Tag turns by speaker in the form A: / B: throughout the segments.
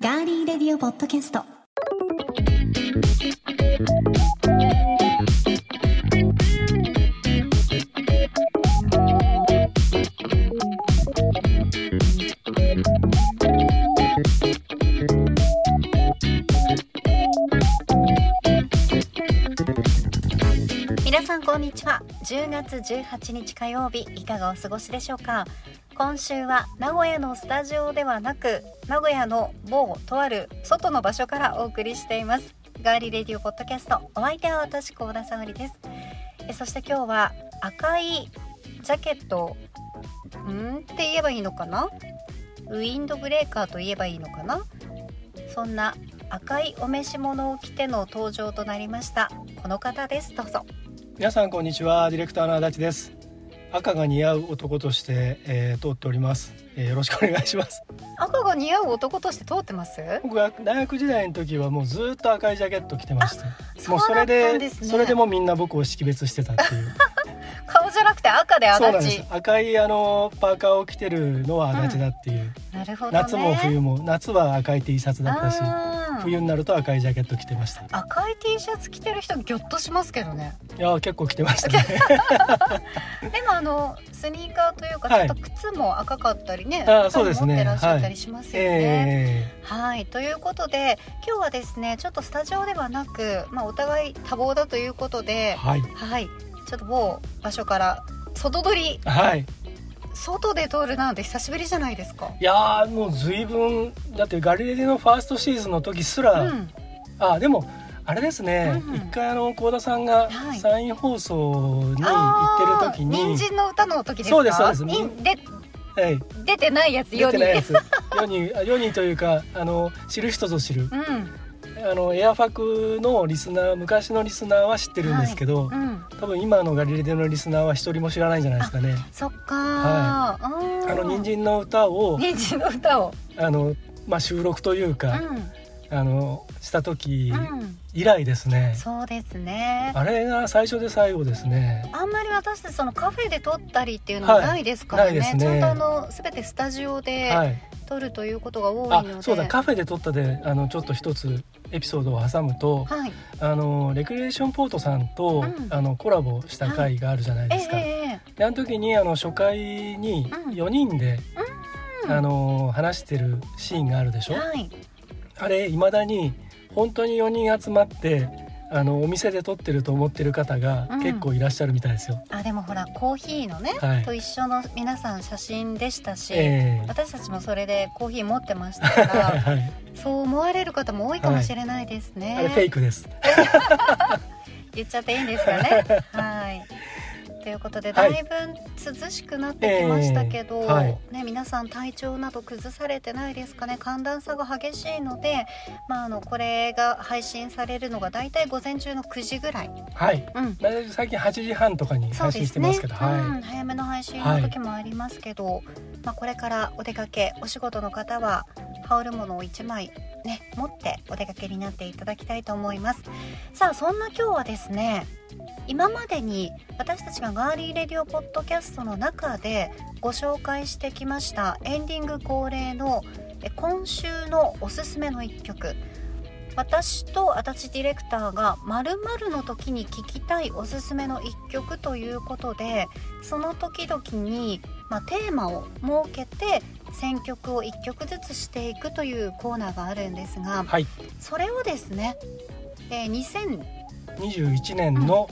A: ガーリーレディオポッドキャスト。
B: 皆さんこんにちは10月18日火曜日いかがお過ごしでしょうか今週は名古屋のスタジオではなく名古屋の某とある外の場所からお送りしていますガーリレディオポッドキャストお相手は私高田沙織ですえそして今日は赤いジャケットんって言えばいいのかなウィンドブレーカーと言えばいいのかなそんな赤いお召し物を着ての登場となりましたこの方ですどうぞ
C: 皆さんこんにちはディレクターの足立です赤が似合う男として、えー通っております、えーよろしくお願いします
B: 赤が似合う男として通ってます
C: 僕は大学時代の時はもうずっと赤いジャケット着てましたもう
B: そ
C: そう
B: だ
C: れ
B: ったん
C: で
B: ですね
C: それでもうみんな僕を識別してたっていう
B: 顔じゃなくて赤で足
C: そうなん
B: 立
C: です赤いあのパーカーを着てるのは足立だっていう、
B: なるほどね
C: 夏も冬も夏は赤い T シャツだったし
B: あー
C: 冬になると赤いジャケット着てましたい
B: 赤い T シャツ着てる人ギョッとしますけどね
C: やー結構着てましたね
B: でもあのスニーカーというかちょ
C: は
B: っ
C: い
B: と靴も赤かったりね、
C: あーそうですね
B: 持ってらっしゃったりしますよね
C: え
B: はい、ということで今日はですねちょっとスタジオではなくまあお互い多忙だということ
C: ー、
B: で
C: はい
B: はいちょっと某場所から外撮り
C: はい
B: 外で撮るなんて久しぶりじゃないですか
C: いやーもう随分だってガリレディのファーストシーズンの時すら、
B: うん
C: あでもあれですね、
B: うん
C: 一回あの幸田さんが
B: はい
C: サイン放送に
B: あー
C: 行ってる時に、
B: 人参の歌の時ですか
C: そうですそうです
B: にで
C: はい、
B: 出てないやつ
C: 出
B: 世
C: て
B: に
C: ないやつ世にあ世にというかあの知る人ぞ知る
B: う
C: あのエアファクのリスナー昔のリスナーは知ってるんですけど、
B: んうん
C: 多分今のガリレデのリスナーは一人も知らないんじゃないですかね。
B: そっかー、うん
C: あの人参の歌を
B: 人参の歌を
C: あのまあ収録という
B: う
C: か、
B: ん
C: あのした時
B: うん
C: 以来ですね。
B: そうですね
C: あれが最初で最後ですね。
B: あんまり私たちそのカフェで撮ったりっていうのは
C: はい
B: ないですからね,、
C: ないですね
B: ちゃんとあの全てスタジオ
C: は
B: で
C: い。
B: 撮るということが多いの
C: あ
B: で、
C: そうだカフェで撮ったであのちょっと一つエピソードを挟むと
B: はい
C: あのレクリエーションポートさん
B: う
C: と、
B: ん
C: あのコラボした回があるじゃない
B: え
C: で
B: え
C: すか、
B: え
C: であの時にあの初回に
B: うん
C: 4人で、
B: うん
C: あの話してるシーンがあるでし
B: え
C: ょ、
B: はい
C: あれいまだに本当に4人集まってあのお店で撮ってると思ってる方が
B: うん
C: 結構いらっしゃるみたいですよ、
B: あでもほらコーヒーのね、
C: はい
B: と一緒の皆さん写真でしたし、
C: ええ
B: 私たちもそれでコーヒー持ってましたから
C: はい、
B: そう思われる方も多いかもしれないですね、
C: あれフェイクです
B: 言っちゃっていいんですかね はいということでだ
C: はい
B: いぶ涼しくなってきましたけど、
C: えーはい
B: ね、皆さん体調など崩されてないですかね寒暖差が激しいので、まあ、あのこれが配信されるのがだいたい午前中の9時ぐらい、
C: はい
B: うん、
C: なるべく最近8時半とかに
B: そうで
C: 配信し
B: す
C: て
B: ね、
C: ますけどはい、
B: うん、早めの配信の時もありますけど、まあ、これからお出かけお仕事の方は羽織るものを1枚、ね、持ってお出かけになっていただきたいと思いますさあそんな今日はですね今までに私たちがガーリーレディオポッドキャストの中でご紹介してきましたエンディング恒例のえ今週のおすすめの一曲私と足立ディレクターが〇〇の時に聴きたいおすすめの一曲ということでその時々に、まあ、テーマを設けて選曲を1曲ずつしていくというコーナーがあるんですが
C: はい
B: それをですね、えー2000
C: 21年の、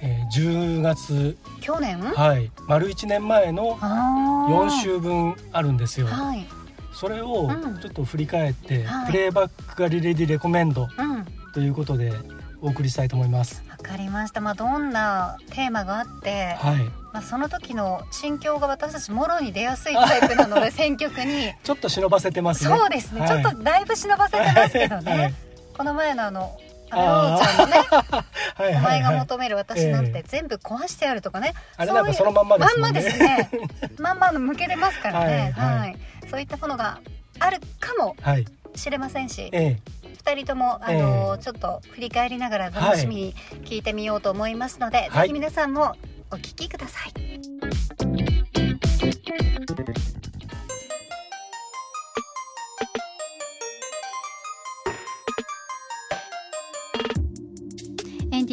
C: えー10月、
B: 去年
C: はい、丸1年前の
B: 4
C: 4週分あるんですよ。
B: はい、
C: それを
B: うん
C: ちょっと振り返って、
B: はい
C: プレイバックがリレディレコメンド
B: うん、わ
C: ということでお送りしたいと思います。
B: かりました、まあ、どんなテーマがあって、
C: はい、
B: まあ、その時の心境が私たちもろに出やすいタイプなの で選曲に
C: ちょっと忍ばせてますね。
B: そうですね、
C: はい
B: ちょっとだいぶ忍ばせてますけどね、
C: はい
B: この前のあのあれお
C: あー
B: うちゃんのね
C: はい
B: お
C: は
B: 前
C: い
B: が
C: はい。
B: 求める私なん
C: え
B: て全部壊してやるとかね、
C: あれなん
B: そうい
C: か
B: う
C: そのまんまで
B: ますん
C: も
B: ま
C: ん
B: で
C: ね。
B: すね まんまの向けてますからねは、
C: はいい
B: そういったものがあるかも
C: はい、
B: しれませんし
C: ええ、
B: 2人ともあの、ちょっと振り返りながら楽しみに聞いてみようと思いますので、
C: は
B: ぜ
C: い
B: ひ皆さんもお聞きください、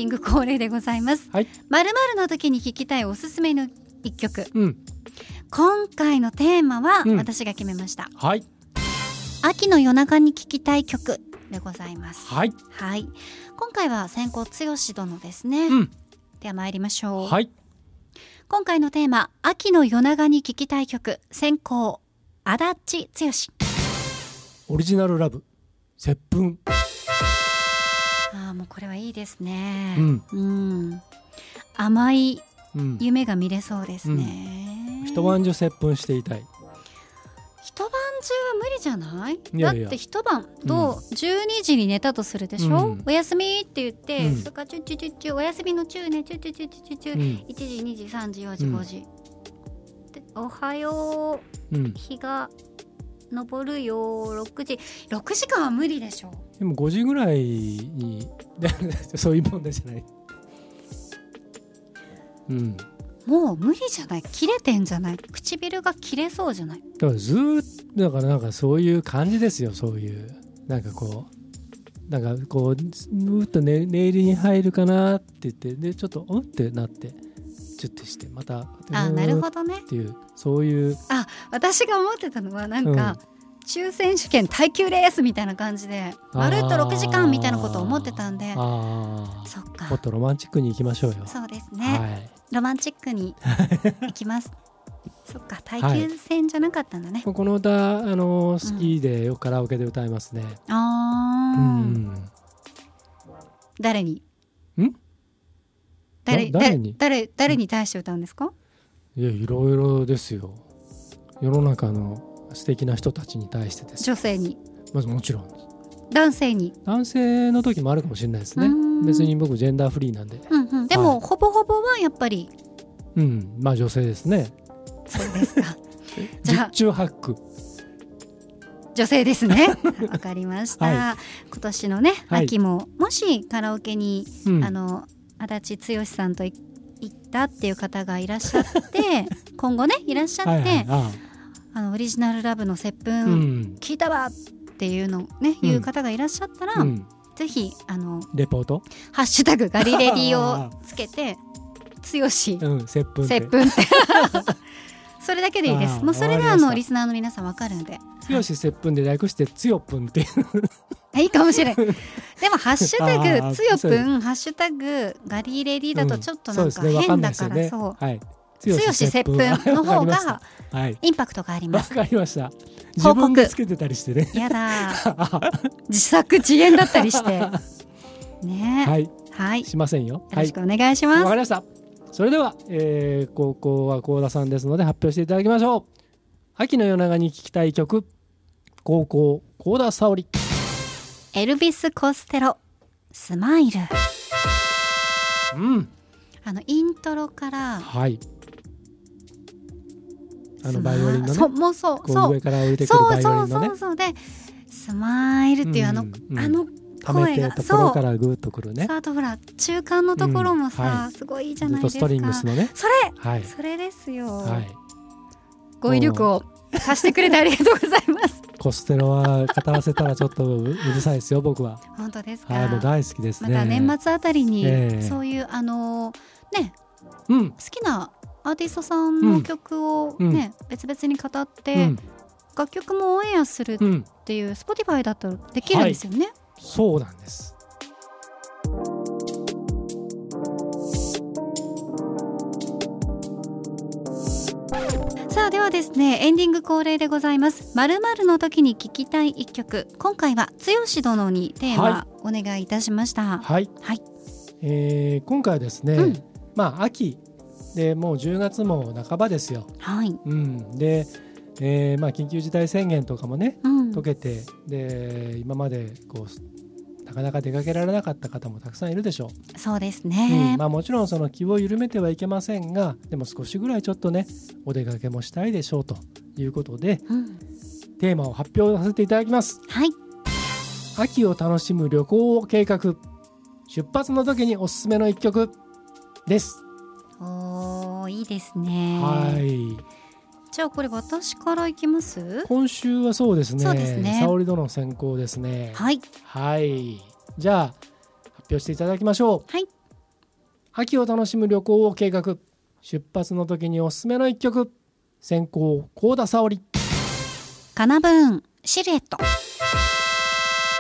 B: ング恒例でございます。
C: はい
B: まるまるの時に聞きたいおすすめの一曲。
C: うん
B: 今回のテーマは
C: うん
B: 私が決めました。
C: はい
B: 秋の夜中に聞きたい曲でございます。はい。
C: はい
B: 今回は先行強し殿ですね。
C: うん
B: では参りましょう。
C: はい
B: 今回のテーマ、秋の夜長に聞きたい曲、先行、足立強し。
C: オリジナルラブ接吻
B: ああ、もうこれはいいですね
C: う。ん
B: うん。甘い
C: うん
B: 夢が見れそうですね。
C: 一晩中接吻していたい
B: 一晩中は無理じゃない
C: いやいや
B: だって一晩どう、12時に寝たとするでしょ、
C: うん
B: おやすみって言って、
C: うん
B: それからチュチュチュチュおやすみのチュねチュチュチュチュチュチュ、
C: うん
B: 1時2時3時4時
C: うん
B: 5時、でおはよ
C: うん
B: う日が昇るよ6時6時間は無理でしょ
C: でも5時ぐらいに でそういうもんですねうんだか
B: もう無理じゃない切れてんじゃない唇が切れそうじゃない
C: らずーっとだからなんかそういう感じですよそういうなんかこうなんかこううーっとね寝入りに入るかなって言ってでちょっとうんってなってチュッてしてまた
B: あなる
C: どっ
B: ほどね
C: ていうそういう
B: 私が思ってたのはなんか、抽選試験耐久レースみたいな感じでまるっと
C: あー
B: 6時間みたいなことを思ってたんで
C: あ
B: そっ
C: あも
B: か
C: っとロマンチックに行きましょうよ
B: そうですね、
C: はい
B: ロマンチック に行きますそっか耐久戦じゃなかったんだね、
C: この歌あの
B: うん
C: 好きでよくカラオケで歌いますね。
B: あ
C: う
B: ー、
C: ん。
B: 誰に
C: ん
B: 誰
C: だ
B: 誰
C: 誰に
B: 誰誰に対して歌うんですか
C: いやいろいろですよ。世の中の素敵な人たちに対してです。
B: 女性に
C: まずもちろん
B: 男性に、
C: 男性の時もあるかもしれないですね
B: う。ん
C: 別に僕ジェンダーフリーなんで。
B: うんうん、でも、ほぼほぼはやっぱり
C: うん。まあ女性ですね。
B: そうです かじ
C: 十
B: ゃあ
C: 中八九。
B: 女性です ねわかりました、
C: は
B: 今年のね
C: はい
B: 秋も、もしカラオケに
C: うん。
B: あの足立剛さんとい行ったっていう方がいらっしゃって 今後ねいらっしゃって、
C: はいはいあ
B: あのオリジナルラブの接
C: あ。
B: 吻、
C: うん。
B: 聞いたわっていうのね、
C: うん
B: いう方がいらっしゃったら、
C: うん
B: ぜひあの
C: レポート。
B: ハッシュ タグガリレディをつけて剛接
C: うん。接吻で。
B: 吻って それだけでいいで
C: あ
B: す。
C: ー
B: もうそれであ
C: わかりまし
B: の
C: た
B: リスナーの皆さんわかるんで、
C: 強し接吻で略して強ぷんっていう。
B: いいかもし れん。でもハッシュタ
C: あ
B: グ
C: ー
B: つよ
C: そう
B: ぷんハッシュタグガリレディだとちょっと
C: そ
B: な
C: うんです
B: か
C: ね。わかん
B: 変
C: ない
B: だ
C: ですよ
B: から
C: ね。
B: そう。
C: はい。
B: 強し接吻の
C: わか
B: 方
C: りました
B: が
C: はい。
B: インパクトがありま
C: わ
B: す。
C: かりました。
B: 報告
C: 自分でつけてたりしてね。
B: やだー
C: は
B: 自作自演だったりしてねはい、
C: い、しませんよ。
B: よ
C: は
B: ろ
C: い
B: し、くお願いします、
C: わかりました。それでは、えー、高校は高田さんですので発表していただきましょう。秋の夜長に聞きたい曲、高校高田沙織。
B: エルビス・コステロスマイル
C: うん、
B: あのイントロから
C: はい。あ
B: ス
C: の
B: マ
C: バイオリンの
B: そう
C: ね、
B: もうそう
C: こう
B: そ
C: 上
B: う
C: から降りてくる
B: そ
C: バ
B: う
C: イオ
B: そ
C: リ
B: う
C: ン
B: そ
C: のね
B: う、そうでスマイルっていうあの、
C: うんうん
B: あの
C: 溜めて
B: 声
C: る
B: が
C: ところからグーッとくるね
B: さ。あとほら中間のところも
C: うん
B: さ、すごいいいじ
C: ず
B: ゃな
C: っ
B: いで
C: と
B: す
C: ス
B: か
C: トリングスのね。
B: それ
C: はい。
B: それですよ、
C: はい。
B: 語彙力を貸してくれてありがとうございます
C: コステロは語らせたらちょっとううるさいですよ、僕は。
B: 本当ですか、
C: はい、もう大好きです
B: ま
C: ね。
B: た年末あたりに、
C: ええ
B: そういうあのね
C: うん。
B: 好きなアーティストさんの曲を
C: うん
B: ね、別々に語っ
C: う
B: て、
C: ん。
B: 楽曲もオンエアするっ
C: うん。
B: ていう、Spotify だとできるんですよね、
C: そうなんです。
B: さあではですねエンディング恒例でございますまるまるの時に聞きたい一曲今回は剛殿にテーマ
C: は
B: お願いいたしました、
C: はい。
B: はい。
C: えー今回はですね、
B: うん
C: まあ秋でもう10月も半ばですよ。
B: はい、
C: うん。で、えーまあ緊急事態宣言とかもね
B: うん
C: 解けて、で今までこうなかなか出かけられなかった方もたくさんいるでしょ
B: そうです
C: う。
B: ね
C: うん、まあもちろんその気を緩めてはいけませんが、でも少しぐらいちょっとねお出かけもしたいでしょうということで
B: うん
C: テーマを発表させていただきます。
B: はい
C: 秋を楽しむ旅行を計画出発の時におすすめの一曲です、
B: おーいいですね
C: はい
B: じゃあこれ私からいきます
C: 今週はそうですね
B: そうですね
C: 沙織殿先行ですね
B: はい
C: はいじゃあ発表していただきましょう
B: はい
C: 秋を楽しむ旅行を計画出発の時におすすめの一曲先行高田沙織
B: カナブーンシルエット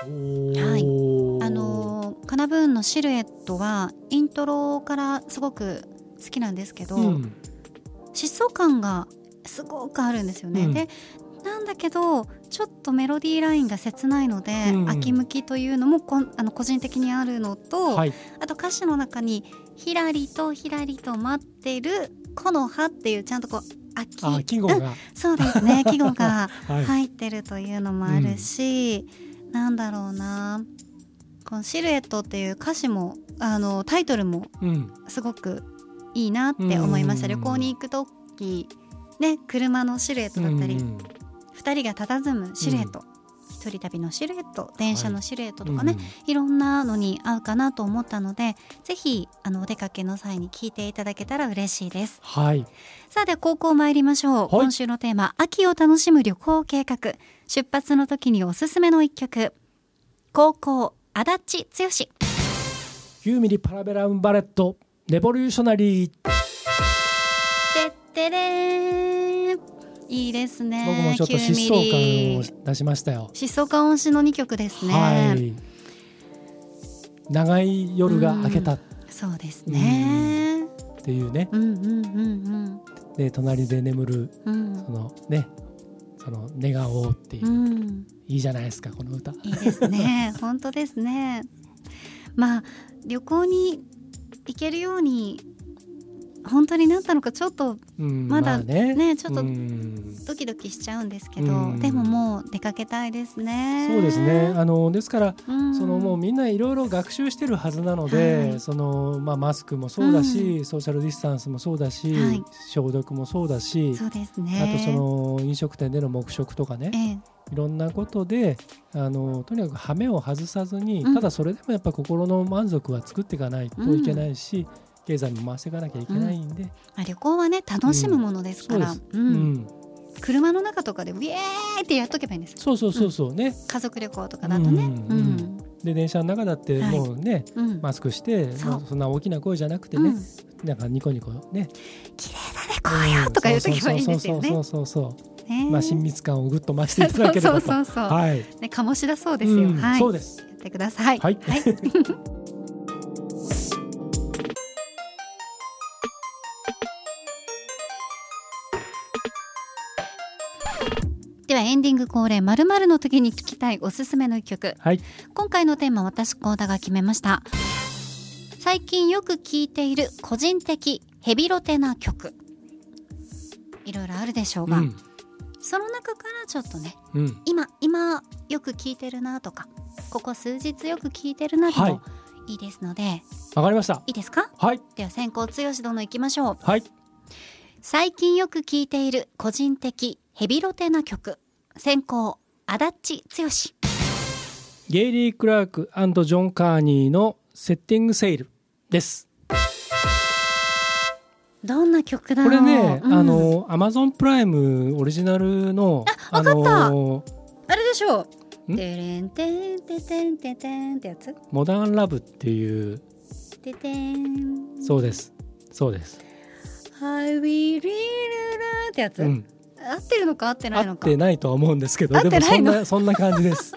B: はい
C: い
B: あのーカナブーンのシルエットはイントロからすごく好きなんですけど、
C: うん
B: 疾走感がすごくあるんですよね。
C: うん
B: でなんだけどちょっとメロディーラインが切ないので、
C: うん
B: 秋向きというのもこんあの個人的にあるのと、
C: はい
B: あと歌詞の中に「ひらりとひらりと待ってるこの葉」っていうちゃんとこう秋
C: あ季語
B: うん
C: が、
B: そうです ね季語が
C: はい
B: 入ってるというのもあるし、なんだろうなこの「シルエット」っていう歌詞もあのタイトルも
C: うん
B: すごくいいなって思いました
C: うん
B: 旅行に行く時ね車のシルエットだったり、
C: う
B: 二
C: ん
B: 2人が佇むシルエット、一人旅のシルエット電車のシルエットとかね、
C: うん
B: いろんなのに合うかなと思ったのでぜひあのお出かけの際に聞いていただけたら嬉しいです。
C: はい
B: さあでは高校参りましょう、今週のテーマ秋を楽しむ旅行計画出発の時におすすめの一曲高校足立剛
C: 9ミリパラベランバレットレボリューショナリー
B: てってれーんいいですね
C: 僕もちょっと疾
B: 9ミ
C: 走
B: リ
C: 感を出しましたよ、
B: 疾走感推しの2曲ですね、
C: はい長い夜が明けたっ
B: そうですね
C: ていうね、
B: うんうんうん
C: で隣で眠る
B: うん
C: そのねその寝顔っていう、
B: うんうん
C: いいじゃないですかこの歌
B: いいですね 本当ですねまあ旅行に行けるように本当になったのかちょっと
C: うん
B: まだ
C: あね
B: ねちょっと
C: うん
B: ドキドキしちゃうんですけど、
C: うん
B: でももう出かけたいですね。
C: そうですね。あのですから、
B: うん
C: そのもうみんないろいろ学習してるはずなので、
B: はい
C: そのまあマスクもそうだし、
B: う
C: ソーシャルディスタンスもそうだし、
B: はい
C: 消毒もそうだし、
B: そうです
C: あ
B: ね。
C: とその飲食店での黙食とかね、
B: ええ
C: いろんなことで、あのとにかく羽目を外さずに、
B: うん
C: ただそれでもやっぱ心の満足は作っていかないといけないし、経済も回していかなきゃいけないんで、
B: まあ旅行はね楽しむものですから、
C: う
B: うんん
C: うん、
B: 車の中とかでウィエーイってやっとけばいいんですよ。
C: そうそうそうそうね。
B: 家族旅行とかだとね。
C: う
B: うんん
C: で電車の中だって
B: はい
C: もうね、
B: うん
C: マスクして、
B: そう
C: まあそんな大きな声じゃなくて
B: う
C: ね、
B: ん
C: なんかニコニコね。
B: 綺麗だね紅葉とか言うとけばいいんですよね
C: そ。うそうそうそうそうそう。
B: ね
C: まあ親密感をぐっと増して
B: そ
C: いうただけれ
B: そ
C: ば
B: う
C: と。
B: そうそう、
C: はい。
B: ね醸し出そうですよ。
C: うん
B: はい。
C: そう
B: や
C: です。
B: ってください。
C: はい
B: はい。 ではエンディング恒例まるまるの時に聞きたいおすすめの一曲。
C: はい。
B: 今回のテーマ私高田が決めました最近よく聴いている個人的ヘビロテな曲いろいろあるでしょう
C: う
B: が、
C: ん。
B: その中からちょっとね
C: うん。
B: 今今よく聴いてるなとかここ数日よく聴いてるなで
C: はい
B: もいいですので、い、
C: わかりました。
B: いですか
C: はい。
B: では先行剛殿行きましょう
C: はい。
B: 最近よく聴いている個人的ヘビロテな曲先行足立剛
C: ゲイリー・クラークジョン・カーニーのセッティング・セールです。
B: どんな曲だ
C: こ
B: ろう
C: れね、
B: うん
C: あの、アマゾンプライムオリジナルの、
B: あわかった
C: の、
B: あれでしょ
C: ん
B: う。てれんてんててんててんってやつ。
C: モダン・ラブっていう、
B: ててん。
C: そうです。そうです。
B: I will l ってやつ、
C: うん。
B: 合ってるのか合ってない
C: 合っ
B: のか。
C: てないとは思うんですけど、
B: 合って
C: でも
B: な
C: そ
B: い
C: ん
B: の
C: なそんな感じ です。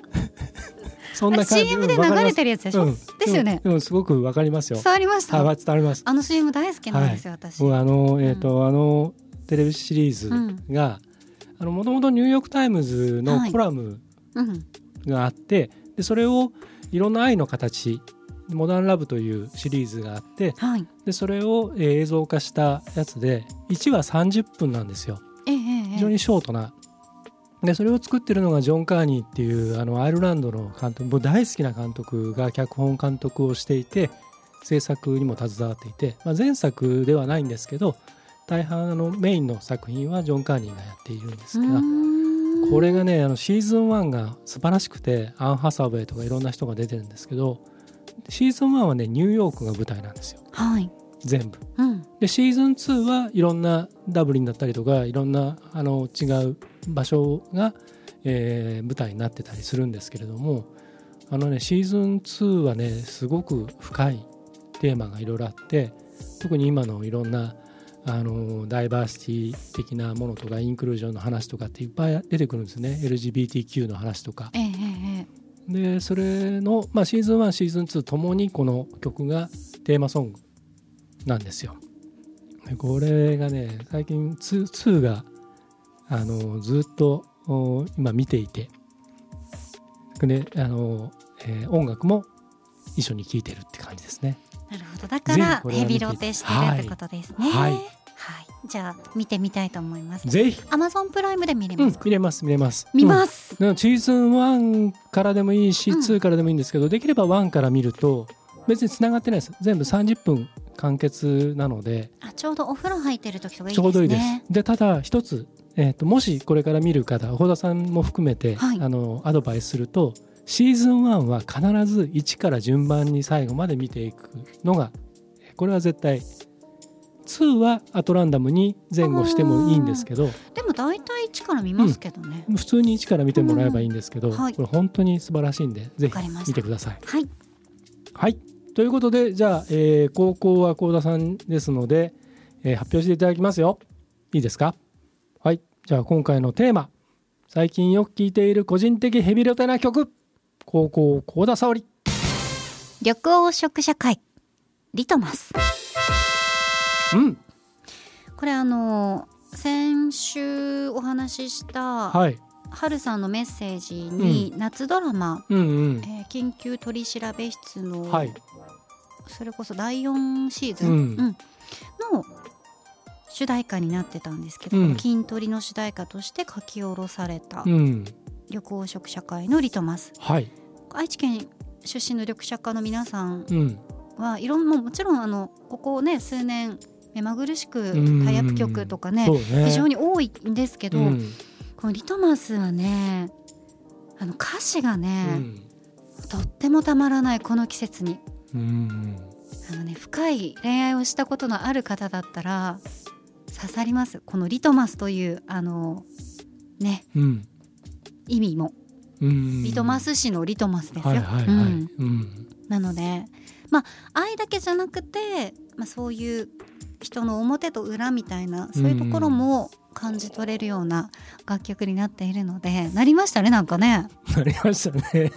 C: そんな
B: あ
C: 感
B: れ
C: じ。
B: CM で流れてるやつでしょ。
C: うん
B: ですよね
C: でもでもすごくわかりますよ。
B: 伝わりました。
C: はい、わ伝わります。
B: あの CM 大好きなんですよ、私。
C: もうあのえっ、
B: う
C: と、あのテレビシリーズが、あの元々ニューヨークタイム
B: は
C: ズの
B: い
C: コラム
B: うん。
C: があって、でそれをいろんな愛の形。モダンラブというシリーズがあって
B: はい。
C: でそれをえー映像化したやつで1話30分なんですよ
B: えええ
C: 非
B: え
C: 常
B: ええ。
C: にショートな。でそれを作ってるのがジョン・カーニーっていうあのアイルランドの監督もう大好きな監督が脚本監督をしていて制作にも携わっていて、まあ、前作ではないんですけど大半あのメインの作品はジョン・カーニーがやっているんですが
B: うーん
C: これがねあのシーズン1が素晴らしくてアン・ハサウェイとかいろんな人が出てるんですけどシーズン1はねニューヨークが舞台なんですよ
B: はい。
C: 全部。
B: うん。
C: でシーズン2はいろんなダブリンだったりとかいろんなあの違う場所が、えー舞台になってたりするんですけれどもあのねシーズン2はねすごく深いテーマがいろいろあって特に今のいろんなあのダイバーシティ的なものとかインクルージョンの話とかっていっぱい出てくるんですね LGBTQ の話とか。
B: ええええ
C: でそれの、まあ、シーズン1シーズン2ともにこの曲がテーマソングなんですよ。でこれがね最近 2, 2があのずっとお今見ていてであの、えー音楽も一緒に聴いてるって感じですね。
B: なるほどだか
C: ぜ
B: ら
C: ひこれは
B: ヘ
C: 見て
B: ビロテしてるってことですね
C: はいはい
B: はいじゃあ見てみたいと思います
C: ぜひ、
B: アマゾンプライムで見れ
C: う
B: ま
C: ん
B: す、か、
C: 見れます見れます。
B: 見
C: うん
B: ます、
C: でもシーズン1からでもいいし、
B: うん
C: 2からでもいいんですけどできれば1から見ると別に繋がってないです全部30分完結なので
B: あちょうどお風呂入ってる時とかいい
C: ちょうどいいです。で
B: ね
C: ただ一つ、えー、ともしこれから見る方保田さんも含めて、
B: はい
C: あのアドバイスするとシーズン1は必ず1から順番に最後まで見ていくのがえーこれは絶対2はアトランダムに前後してもいいんですけど
B: でも大体一から見ますけどね、
C: 普通に1から見てもらえばいいんですけど、
B: うんはい
C: これ本当に素晴らしいんでぜ
B: わかりました
C: ひ見てください。
B: はい
C: はい。ということで、じゃあ、えー高校は幸田さんですので、えー発表していただきますよ。いいですかはい。じゃあ、今回のテーマ。最近よく聴いている個人的ヘビロテな曲。高校幸田沙織。
B: 緑黄色社会リトマス
C: うん。
B: これあの先週お話しした、は
C: はい。
B: るさんのメッセージに、夏ドラマ、
C: うんうん。
B: えー緊急取調べ室の、
C: はい。
B: それこそ第4シーズン、
C: うん
B: うんの主題歌になってたんですけど、
C: うん
B: 筋トレの主題歌として書き下ろされた
C: うん。
B: 緑黄色社会のリトマス
C: はい。
B: 愛知県出身の緑社家の皆さん
C: うん。
B: はいろんなもちろんあのここね数年目まぐるしく
C: うん
B: タイアップ曲とかね
C: そうね。
B: 非常に多いんですけど、
C: うん。
B: このリトマスはねあの歌詞が
C: う
B: ね、
C: ん。
B: とってもたまらないこの季節に
C: うん。
B: あの、ね、深い恋愛をしたことのある方だったら刺さりますこのリトマスというあのね
C: うん。
B: 意味も
C: うん。
B: リトマス氏のリトマスですよ。
C: はいはいはい。
B: う
C: うんん。うん。
B: なので、まあ、愛だけじゃなくて、まあ、そういう人の表と裏みたいなそういうところも感じ取れるような楽曲になっているのでなりましたねなんかね
C: なりましたね。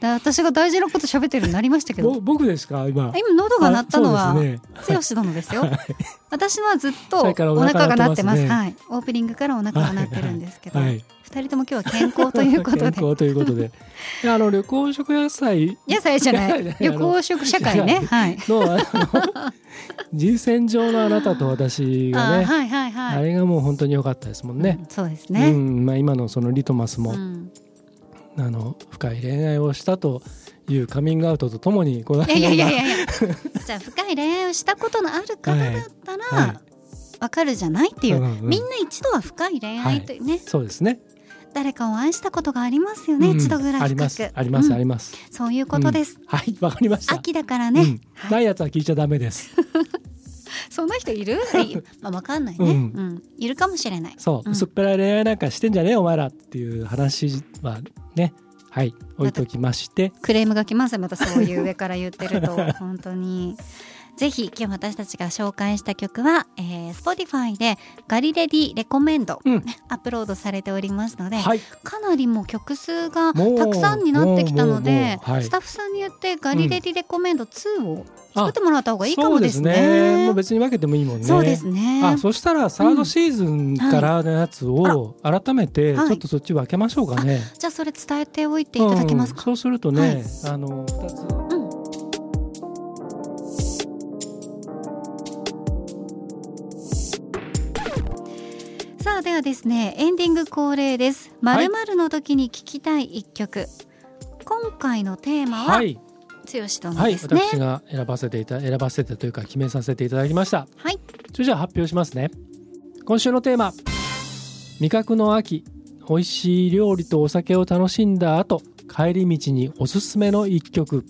B: だ私が大事なこと喋ってるようになりましたけど
C: ぼ僕ですか
B: あ。
C: 今
B: 今喉が鳴ったの
C: あ
B: は、
C: そうですね。
B: 剛殿ですよ、私のはずっと
C: そ
B: お
C: れからお
B: 腹
C: 腹
B: が鳴ってます
C: 鳴ってますね
B: はい、オープニングからお腹が鳴ってるんですけど、二
C: はい。
B: 人とも今日は健康ということで
C: 健康という ことで。であの旅行食野菜
B: 野菜じゃない
C: いやいや
B: 旅行食社会ね
C: いや
B: はい
C: のあの 人選上のあなたと私が
B: あー
C: ね、
B: はいはい
C: あ,、
B: はい
C: れがもう本当に良かったですもんね
B: う。んそうです
C: う
B: ね、
C: んまあ、今のそのリトマス
B: う
C: も、
B: ん、
C: あの深い恋愛をしたというカミングアウトとともにこの
B: いやいやいやいやい やじゃあ深い恋愛をしたことのある方だったら、
C: はいはい
B: わかるじゃないっていう、
C: うんうん
B: みんな一度は深い恋愛というね、
C: そうですね。
B: 誰かを愛したことがありますよね、
C: うん
B: 一度ぐらい
C: あり
B: 深く
C: ますあります、
B: うん
C: あります。
B: そういうことです、
C: はいわかりました。
B: 秋だからね、
C: うん
B: はい
C: ないやつは聞いちゃダメです。
B: そんな人いるいまあわかんないね、う
C: うんん
B: いるかもしれない
C: そう、
B: うん
C: 薄っぺらい恋愛なんかしてんじゃねえお前らっていう話はねはい置いときまして
B: クレームが来ますまたそういう上から言ってる と本当にぜひ今日私たちが紹介した曲は、えー、Spotify でガリレディレコメンド、
C: うん
B: アップロードされておりますので、
C: はい
B: かなりもう曲数が
C: もう
B: たくさんになってきたの
C: もうもうも
B: で、
C: うはい
B: スタッフさんに言って「ガリレディレコメンド2」を作ってもらった方がいいか
C: そ
B: も
C: うで
B: です
C: すね
B: ね。
C: もう別に分けてもいいもんね
B: そうですね。
C: あそしたらサードシーズンからのやつを改めてち
B: はい
C: ょっとそっち分けましょうかね、
B: じゃあそれ伝えておいていただけます
C: うん
B: か。
C: そうするとね、
B: はい
C: あの二つ
B: うんさあではですねエンディング恒例です。ま
C: はい
B: るまるの時に聞きたい一曲。今回のテーマは
C: は
B: 剛
C: い、
B: 殿
C: はい、
B: ですね。
C: 私が選ばせていた選ばせてというか決めさせていただきました
B: はい。
C: それじゃあ発表しますね今週のテーマ味覚の秋美味しい料理とお酒を楽しんだ後帰り道におすすめの一曲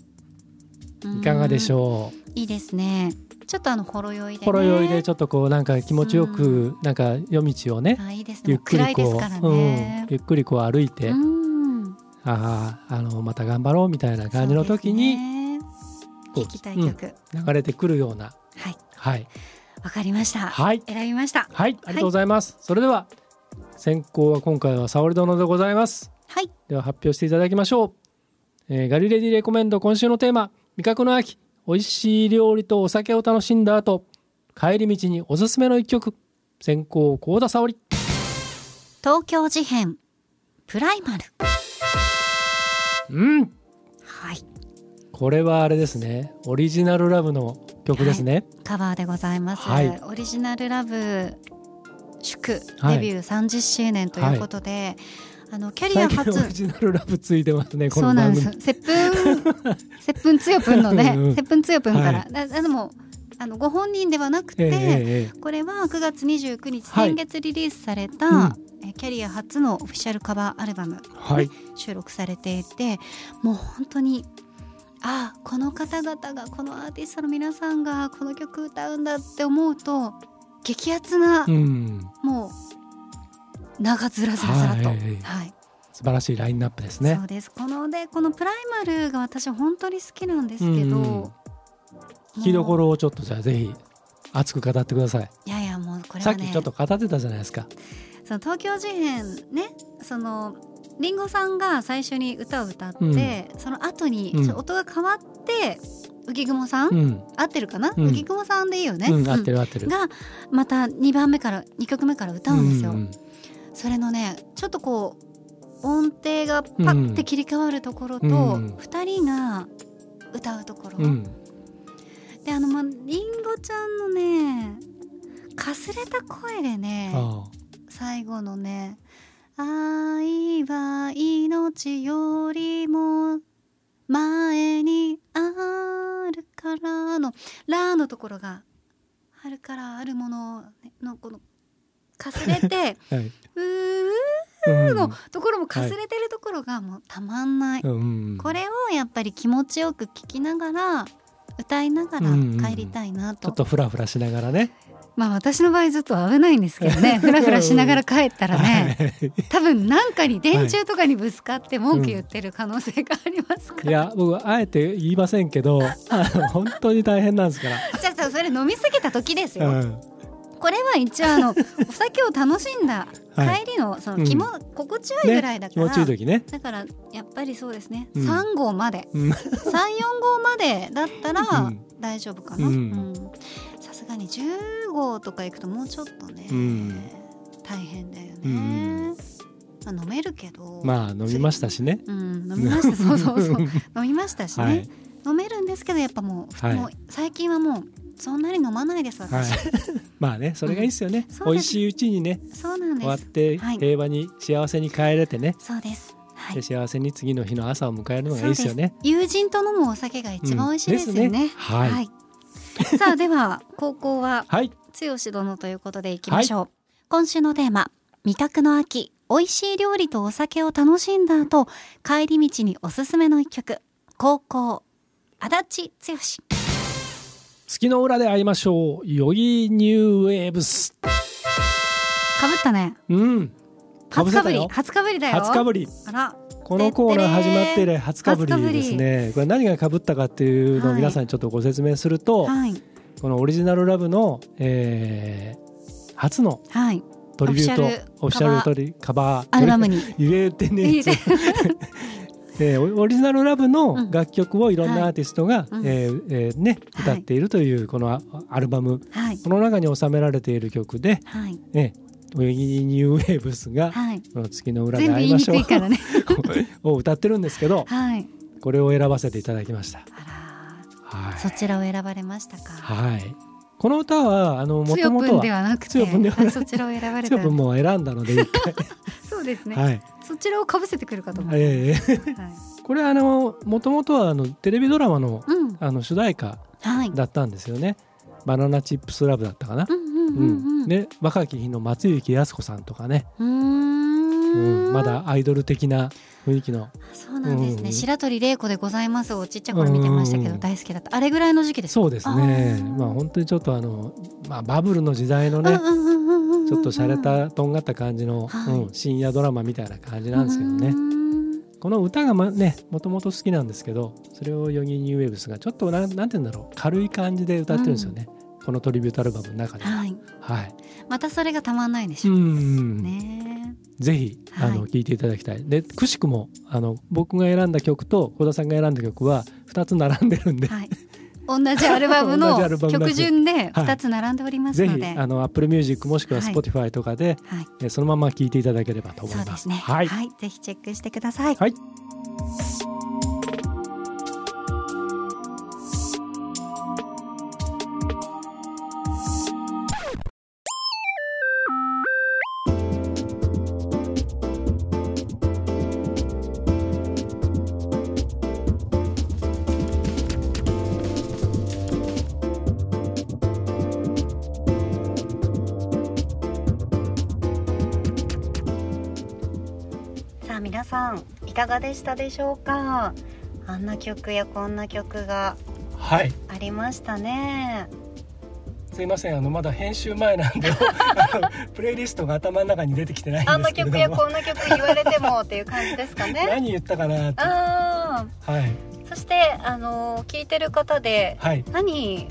C: いかがでし
B: う
C: ょう
B: ーん。いいですね。ちょっとあのほろ酔いで、ね。
C: ほろ酔いでち
B: ょっ
C: ょっとこうなんか気持ちよ
B: う
C: くなんか夜道をね
B: あいいですね。
C: ゆっ
B: もう
C: く
B: 暗
C: り
B: いです
C: こ
B: から
C: う、
B: ね
C: うん、。ゆっくりこう歩いて、
B: う
C: あ
B: ん。
C: ああのまた頑張ろうみたいな感じの時に
B: そうですね
C: こう
B: 聞きたい曲、
C: うん流れてくるような、
B: はい
C: はい
B: わかりました、
C: はい
B: 選びました
C: はいありがとうございます、それでは先行は今回は沙織殿でございます
B: はい
C: では発表していただきましょう、えーガリレディレコメンド今週のテーマ「味覚の秋美味しい料理とお酒を楽しんだ後帰り道におすすめの一曲先行幸田沙織
B: 東京事変プライマル
C: うん
B: はい
C: これはあれですねオリジナルラブの曲ですね、
B: カバーでございます、
C: はい
B: オリジナルラブ祝
C: はい
B: デビュー30周年ということで、あのキャリア
C: 最近オリ
B: 初
C: ジナルラブついてますねこ
B: そ
C: の
B: うな
C: 番
B: んで
C: 組
B: す。接吻、 接吻つよぷんのね
C: うんう、ん
B: 接吻つよぷんから。
C: は
B: だでも、あのご本人ではなくて、
C: えええええ
B: これは9月29日、
C: はい
B: 先月リリースされた、
C: うん
B: えキャリア初のオフィシャルカバーアルバム
C: えはい
B: 収録されていて、もう本当に。ああこの方々がこのアーティストの皆さんがこの曲歌うんだって思うと激アツな、
C: うん
B: もう長ずらずらずらと、
C: はいええええ
B: はい、
C: 素晴らしいラインナップです
B: そ
C: ね
B: うですこのでこのプライマルが私本当に好きなんですけど、
C: うん
B: もう
C: 聞きどころをちょっとじゃあぜひ熱く語ってください、
B: いやいやもうこれ
C: さ
B: は
C: っき
B: ね
C: ちょっと語ってたじゃないですか
B: その東京事変ねそのリンゴさんが最初に歌を歌って、
C: う
B: その後に
C: うん
B: ちょっと音が変わって浮雲さん、
C: うん、
B: 合ってるかな、
C: うん
B: 浮雲さんでいいよね、
C: うん、合ってる合ってる
B: がまた2番目から2曲目から歌うんですよ、
C: うん
B: それのねちょっとこう音程がパッて切り替わるところと、
C: うん
B: 2人が歌うところ、
C: うんうん
B: であのまありんごちゃんのねかすれた声でね
C: あ
B: 最後のね「愛は命よりも前にあるから」の「ら」のところが「あるからあるもの」のこのかすれて
C: あはい
B: 「うー
C: う
B: う」
C: ん
B: のところもかすれてるところがもうたまんない。
C: うん
B: これをやっぱり気持ちよく聞きながら歌いながら帰りたいな
C: ちょっ
B: と
C: とフラフラしなが らね
B: まあ私の場合ずっと危ないんですけど ねふらふらしながら帰ったらね
C: はい
B: 多分なんかに電柱とかにぶつかって文句言ってる可能性がありますか
C: い
B: ら、
C: や僕はあえて言いません けどあの本当に大変なんですから
B: じゃあさそれ飲みすぎた時ですよ、
C: うん
B: これは一応あのお酒を楽しんだ
C: はい
B: 帰りのその気も、心地よいぐらいだ
C: 気
B: か
C: 持
B: ら、
C: ちいい時ね
B: だからやっぱりそうですね、
C: うん
B: 3号まで
C: うん
B: 34号までだった
C: う
B: ら
C: ん
B: 大丈夫かな
C: う
B: うんんさすがに10号とか行くともうちょっとね、
C: うん
B: 大変だよね、
C: うん
B: まあ、飲めるけど
C: まあ飲みましたしね
B: うん飲みま したそうそうそう飲みましたしね、
C: はい
B: 飲めるんですけどやっぱもう,、
C: はい
B: もう最近はもうそんなに飲まないです
C: は
B: 私、
C: い まあねそれがいいですよね
B: うんそうです
C: 美味しいうちにね
B: そうなん
C: 終わ
B: で
C: っ
B: す
C: て
B: はい
C: 平和に幸せに帰れてね
B: そうですはい
C: で幸せに次の日の朝を迎えるのがい
B: そ
C: いうで
B: ですす
C: よね
B: 友人と飲むお酒が一番美味しいですよね,、
C: うんですねはい
B: さあでは高校は
C: はい
B: 剛殿ということでいきましょう、今週のテーマ味覚の秋美味しい料理とお酒を楽しんだ後帰り道におすすめの一曲高校足立剛
C: 月の裏で会いましょうヨギニューウェーブス
B: かぶったね
C: うん
B: 初かぶ
C: 被せた
B: り
C: よ
B: 初かぶりだよ
C: 初かぶり
B: あら
C: このコーナー始まって以来初かぶりですねこれ何がかぶったかっていうのを
B: はい
C: 皆さんにちょっとご説明すると、
B: はい
C: このオリジナルラブの、えー初の
B: はい
C: トリビュートオ
B: オフ
C: フィ
B: ィ
C: シ
B: シ
C: ャル
B: ャ
C: ト
B: ル
C: リカバー
B: アルバム に
C: 言えてねえぞえーオオリジナルラブ
B: う
C: の
B: ん
C: 楽曲をいろん
B: はい
C: なアーティストが、
B: うん
C: えーえーね、
B: はい
C: 歌っているというこのアアルバム
B: はい
C: この中に収められている曲で
B: はい
C: 「えー、ウェギニューウェーブス」が
B: はい
C: 「この月の裏で
B: 全部言
C: 会い
B: い
C: ま
B: に
C: しょ
B: く
C: う
B: いからね
C: を歌ってるんですけど
B: はい
C: これを選ばせていただきました。
B: あ
C: は
B: らそちらを選ばれましたか
C: はい。この歌はあの
B: つ
C: 元
B: よ
C: 々
B: ぷんで
C: は
B: はなく
C: つよ
B: て
C: ぷんではなくて
B: そちらを選ばれた
C: 強くもう選んだので一 回、
B: そうですね
C: はい。
B: そちらをかぶせてくるかと思う
C: ええ
B: はい
C: これあの元々はあのテレビドラマの
B: うん
C: あの主題歌
B: はい
C: だったんですよね。バナナチップスラブだったかな
B: う。んうん
C: う
B: うん
C: ん。
B: うん
C: ね若き日の松雪靖子さんとかね、
B: うー
C: うん
B: ん
C: まだアイドル的な雰囲気の
B: そうなんです
C: うん
B: ね白鳥玲子でございますをちっちゃい頃見てましたけ
C: う
B: ど
C: ん
B: 大好きだったあれぐらいの時期です
C: そうですね
B: あー
C: まあ本当にちょっとあの、まあ、バブルの時代
B: う
C: の
B: ん
C: ね
B: うんうんうんうんうん
C: ちょっと洒落たとんがった感じの、
B: はい
C: うん深夜ドラマみたいな感じなんですけどね、
B: うーん
C: この歌がまねもともと好きなんですけどそれをヨギニューウェーブスがちょっとななんて言うんだろう軽い感じで歌ってるんですよね、
D: このトリビュートアルバムの中では、
E: はい、
D: はい
E: またそれがたまんないで
D: う
E: しょ、
D: ん
E: ね
D: ぜひあの
E: はい
D: 聞いていただきたい、でくしくもあの僕が選んだ曲と小田さんが選んだ曲は2つ並んでるんで、
E: はい、同じアルバムの
D: 同じアルバムだけ
E: 曲順で二つ並んでおります
D: ぜ
E: の
D: ひ
E: で、
D: あの Apple Music もしくは
E: はい
D: Spotify とかで、
E: はい、
D: えそのまま聞いていただければと思い
E: そうで
D: ますす。
E: ね、
D: はい、
E: ぜひチェックしてください。
D: はい
B: さあ皆さんいかがでしたでしょうかあんな曲やこんな曲が
C: はい
B: ありましたね
C: すいませんあのまだ編集前なんであの プレイリストが頭の中に出てきてない
B: あん
C: んで
B: な
C: すけれ
B: 曲
C: ど
B: や
C: も
B: こんな曲言われてもっていう感じですか ね
C: 何言ったかなって
B: あ
C: はい
B: ーそしてあの聞いてる方で
C: はい
B: 何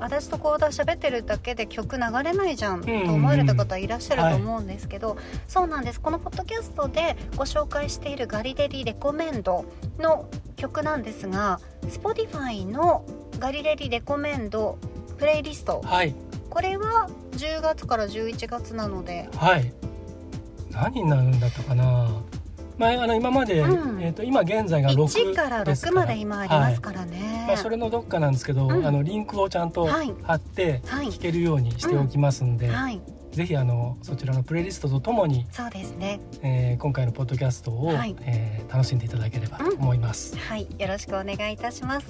B: 私と幸田喋ってるだけで曲流れないじゃんと
C: うんうんうん
B: 思われた方いらっしゃると思うんですけど、そうなんですこのポッドキャストでご紹介している「ガリレリレコメンド」の曲なんですが Spotify の「ガリレリレコメンド」プレイリスト
C: はい
B: これは10月から11月なので
C: はい何になるんだったかな前あの今まで、
B: うん
C: えっと今現在が
B: 1
C: 6
B: から
C: です
B: 6まで今ありますからね。
C: まあ、それのどっかなんですけ
B: う
C: ど、
B: ん
C: あのリンクをちゃんと
B: はい
C: 貼って
B: はい
C: 聞けるようにしておきますんで、
B: はい、
C: ぜひあのそちらのプレイリストとともに、
B: そうですね。
C: えー今回のポッドキャストを、
B: はい
C: えー楽しんでいただければと思います、
B: はい、よろしくお願いいたします。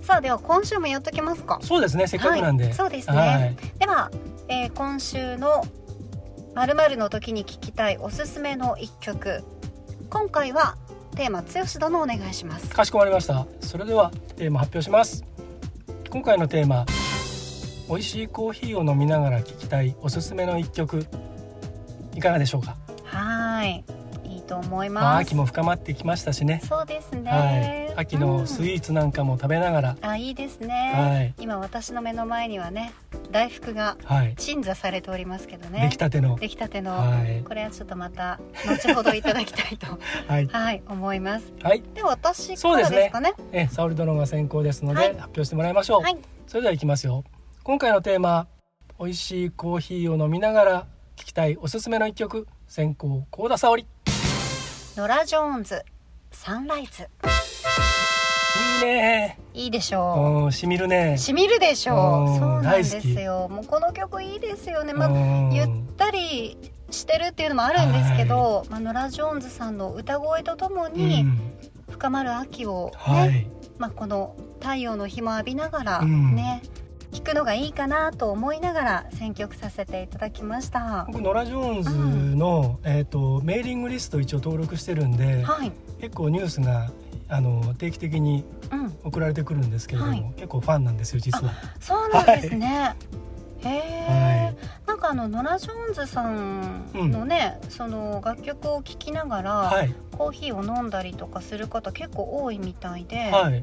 B: さあ、では今週もやっときますか。
C: そうですねせっかくなんで、
B: はい、そうですね、
C: はい
B: では、えー今週のまるまるの時に聞きたいおすすめの一曲今回はテーマ剛殿お願いします
C: かしこまりましたそれではテーマ発表します今回のテーマ美味しいコーヒーを飲みながら聴きたいおすすめの一曲いかがでしょうか
B: はいいいと思い
C: まあ
B: ま
C: 秋
B: す
C: も深まってきましたしね
B: そうですね、
C: はい、秋のスイーツなんかも食べながら、
B: うんあいいですね、
C: はい
B: 今私の目の前にはね大福が
C: はい、
B: 鎮座されておりますけどね
C: 出来たての、
B: 出来たての、
C: はい
B: これはちょっとまた後ほどいただきたいと
C: はい、
B: はい思います
C: はい、
B: では私か
C: そうで
B: ら
C: すね
B: ですかね
C: え、沙織殿が先行ですので、
B: はい
C: 発表してもらいましょう。
B: はい
C: それでは行きますよ。今回のテーマ、美味しいコーヒーを飲みながら聞きたいおすすめの一曲、先行高田沙織。い
B: ノラ・ジョーンズサンライズ
C: いね
B: いいでし
C: ー、
B: ょ
C: うん、しみる
B: う
C: ね
B: しみるでしょ
C: う
B: うんそうなんですよもうこの曲いいですよねまあ
C: うん
B: ゆったりしてるっていうのもあるんですけど、まあ、ノラ・ジョーンズさんの歌声ととも
C: う
B: に
C: ん
B: 深まる秋をね、
C: はい、
B: まあ、この太陽の日も浴びながら
C: うん
B: ね、聴くのがいいかなと思いながら選曲させていただきました。
C: 僕ノラ・ジョーンズの、えっ、とメーリングリスト一応登録してるんで、
B: はい、
C: 結構ニュースがあの定期的に
B: うん、
C: 送られてくるんですけれども、
B: はい
C: 結構ファンなんですよ実は。
B: そうなんですね。へえ、
C: はい
B: なんかあのノラ・ジョーンズさんのね、その楽曲を聴きながら、
C: はい、
B: コーヒーを飲んだりとかする方結構多いみたいで、
C: はい、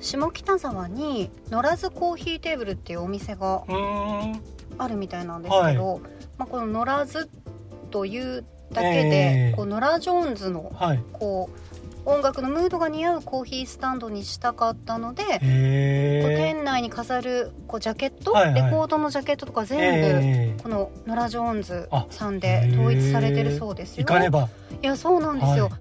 B: 下北沢にノラズコーヒーテーブルっていうお店が
C: うーん
B: あるみたいなんですけど、まあ、このノラズというだけで、
C: ええ
B: こうノラ・ジョーンズの
C: はい。
B: こう音楽のムードが似合うコーヒースタンドにしたかったので、
C: へ
B: こう
C: え。
B: 店内に飾るこうジャケット、
C: はいはい
B: レコードのジャケットとか全部、
C: え
B: このノラ・ジョーンズ
C: あ
B: さんで統一されてるそうです
C: え。行
B: よ。
C: かねば。
B: いやそうなんですよ。
C: は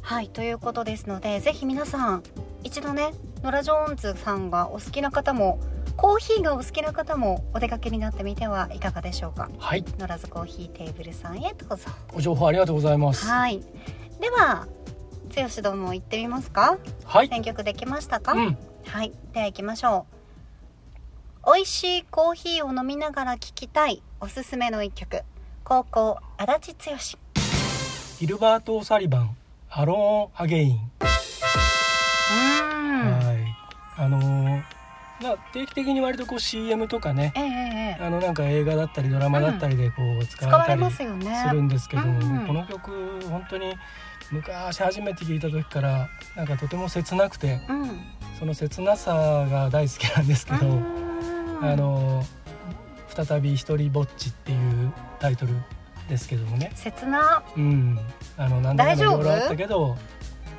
B: はい、ということですのでぜひ皆さん一度ねノラ・ジョーンズさんがお好きな方もコーヒーがお好きな方もお出かけになってみてはいかがでしょうか。
C: はい。
B: ノラズコーヒーテーブルさんへどうぞ。
C: ご情報ありがとうございます。は
B: はい。では剛ども行ってみますか。
C: い。
B: 選曲できましたか。
C: うん。
B: はい、では行きましょう。美味しいコーヒーを飲みながら聴きたいおすすめの一曲。高校足立剛。う
C: ギルバート・オサリバン、アローン・アゲイン。
B: ーん。
C: はい。あのーまあ定期的に割とこう CM とかね、
B: ええええええ
C: あのなんか映画だったりドラマだったりでこう使
B: 使
C: わ
B: わ
C: れた
B: れ
C: り
B: ます
C: す
B: よね。
C: るんですけど、
B: うん
C: この曲本当に昔初めて聴いた時からなんかとても切なくて、
B: うん。う
C: その切なさが大好きなんですけ
B: ー
C: ど、
B: ん
C: あの再び一人ぼっちっていうタイトルですけどもね。
B: 切な
C: うん。あの何度かい
B: 大丈
C: ろ
B: 夫
C: いろあったけど、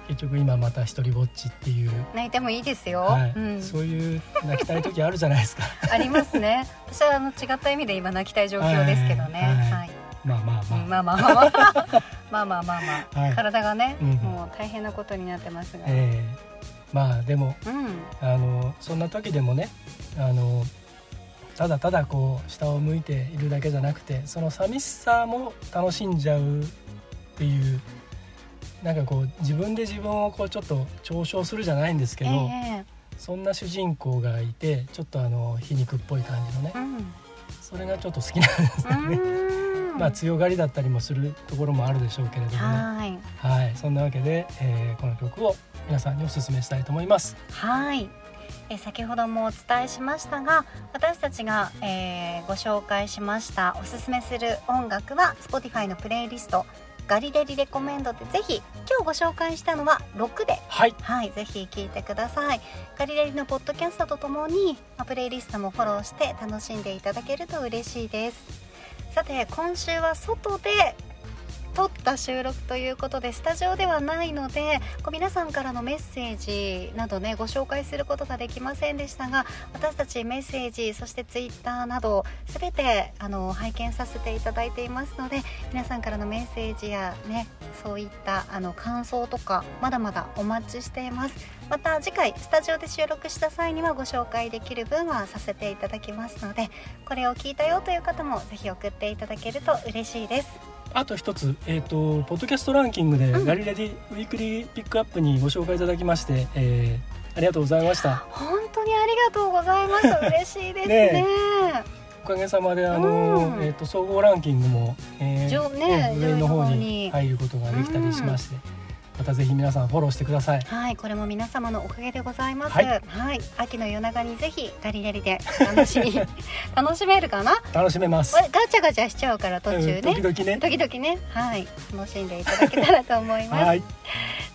C: 結局今また一人ぼっちっていう。
B: 泣いてもいいですよ、
C: はい、
B: うん、
C: そういう泣きたい時あるじゃないです か
B: あります ね私はあの違った意味で今泣きたい状況ですけどね、
C: はい
B: はい
C: まあまあまあ、
B: うんま あまあまあまあまあまあまあまあ、
C: はい
B: 体がね、
C: うん
B: もう大変なことになってますが、
C: ええまあでも
B: うん
C: あのそんな時でもねあのただただこう下を向いているだけじゃなくてその寂しさも楽しんじゃうっていうなんかこう自分で自分をこうちょっと嘲笑するじゃないんですけ
B: え
C: ど、
B: え
C: そんな主人公がいてちょっとあの皮肉っぽい感じのね
B: うん
C: それがちょっと好きなんですよね。
B: うーん
C: まあ強がりだったりもするところもあるでしょうけれどもね。
B: はい
C: はい、そんなわけで、えーこの曲を皆さんにお勧めしたいと思います。
B: はいえー先ほどもお伝えしましたが私たちが、えーご紹介しましたおすすめする音楽は Spotify のプレイリスト「ガリレリレコメンド」でぜひ今日ご紹介したのは6で
C: はい、
B: はい、ぜひ聞いてください。ガリレリのポッドキャストとともに、まあプレイリストもフォローして楽しんでいただけると嬉しいです。さて、今週は外で撮った収録ということで、スタジオではないので、こう皆さんからのメッセージなどね、ご紹介することができませんでしたが、私たちメッセージ、そしてツイッターなど、すべてあの拝見させていただいていますので、皆さんからのメッセージやねそういったあの感想とかまだまだお待ちしていますまた次回スタジオで収録した際にはご紹介できる分はさせていただきますのでこれを聞いたよという方もぜひ送っていただけると嬉しいです
C: あと一つ、えっ、と、ポッドキャストランキングで、
B: うん
C: ガリレディウィークリーピックアップにご紹介いただきまして、えーありがとうございました。
B: 本当にありがとうございます嬉しいです ね
C: ねおかげさまで、あのー、
B: うん
C: えっ、と、総合ランキングも、えー
B: 上ね
C: 上の方
B: 上の方
C: に
B: に
C: 入ることができたりしまして、またぜひ皆さんフォローしてください。
B: はいこれも皆様のおかげでございます
C: は
B: はいい、秋の夜長にぜひガリガリで楽しみ 楽しめるかな
C: 楽しめます。
B: ガチャガチャしちゃうから途中ね、
C: うん時々ね。
B: 時々ね、はい、楽しんでいただけたらと思います。
C: はい、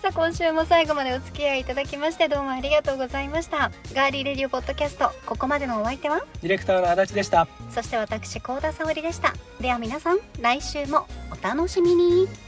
B: さあ、今週も最後までお付き合いいただきまして、どうもありがとうございました。ガーリーレディオポッドキャスト、ここまでのお相手は、
C: ディレクターの足立でした。
B: そして私、高田沙織でした。では皆さん、来週もお楽しみに。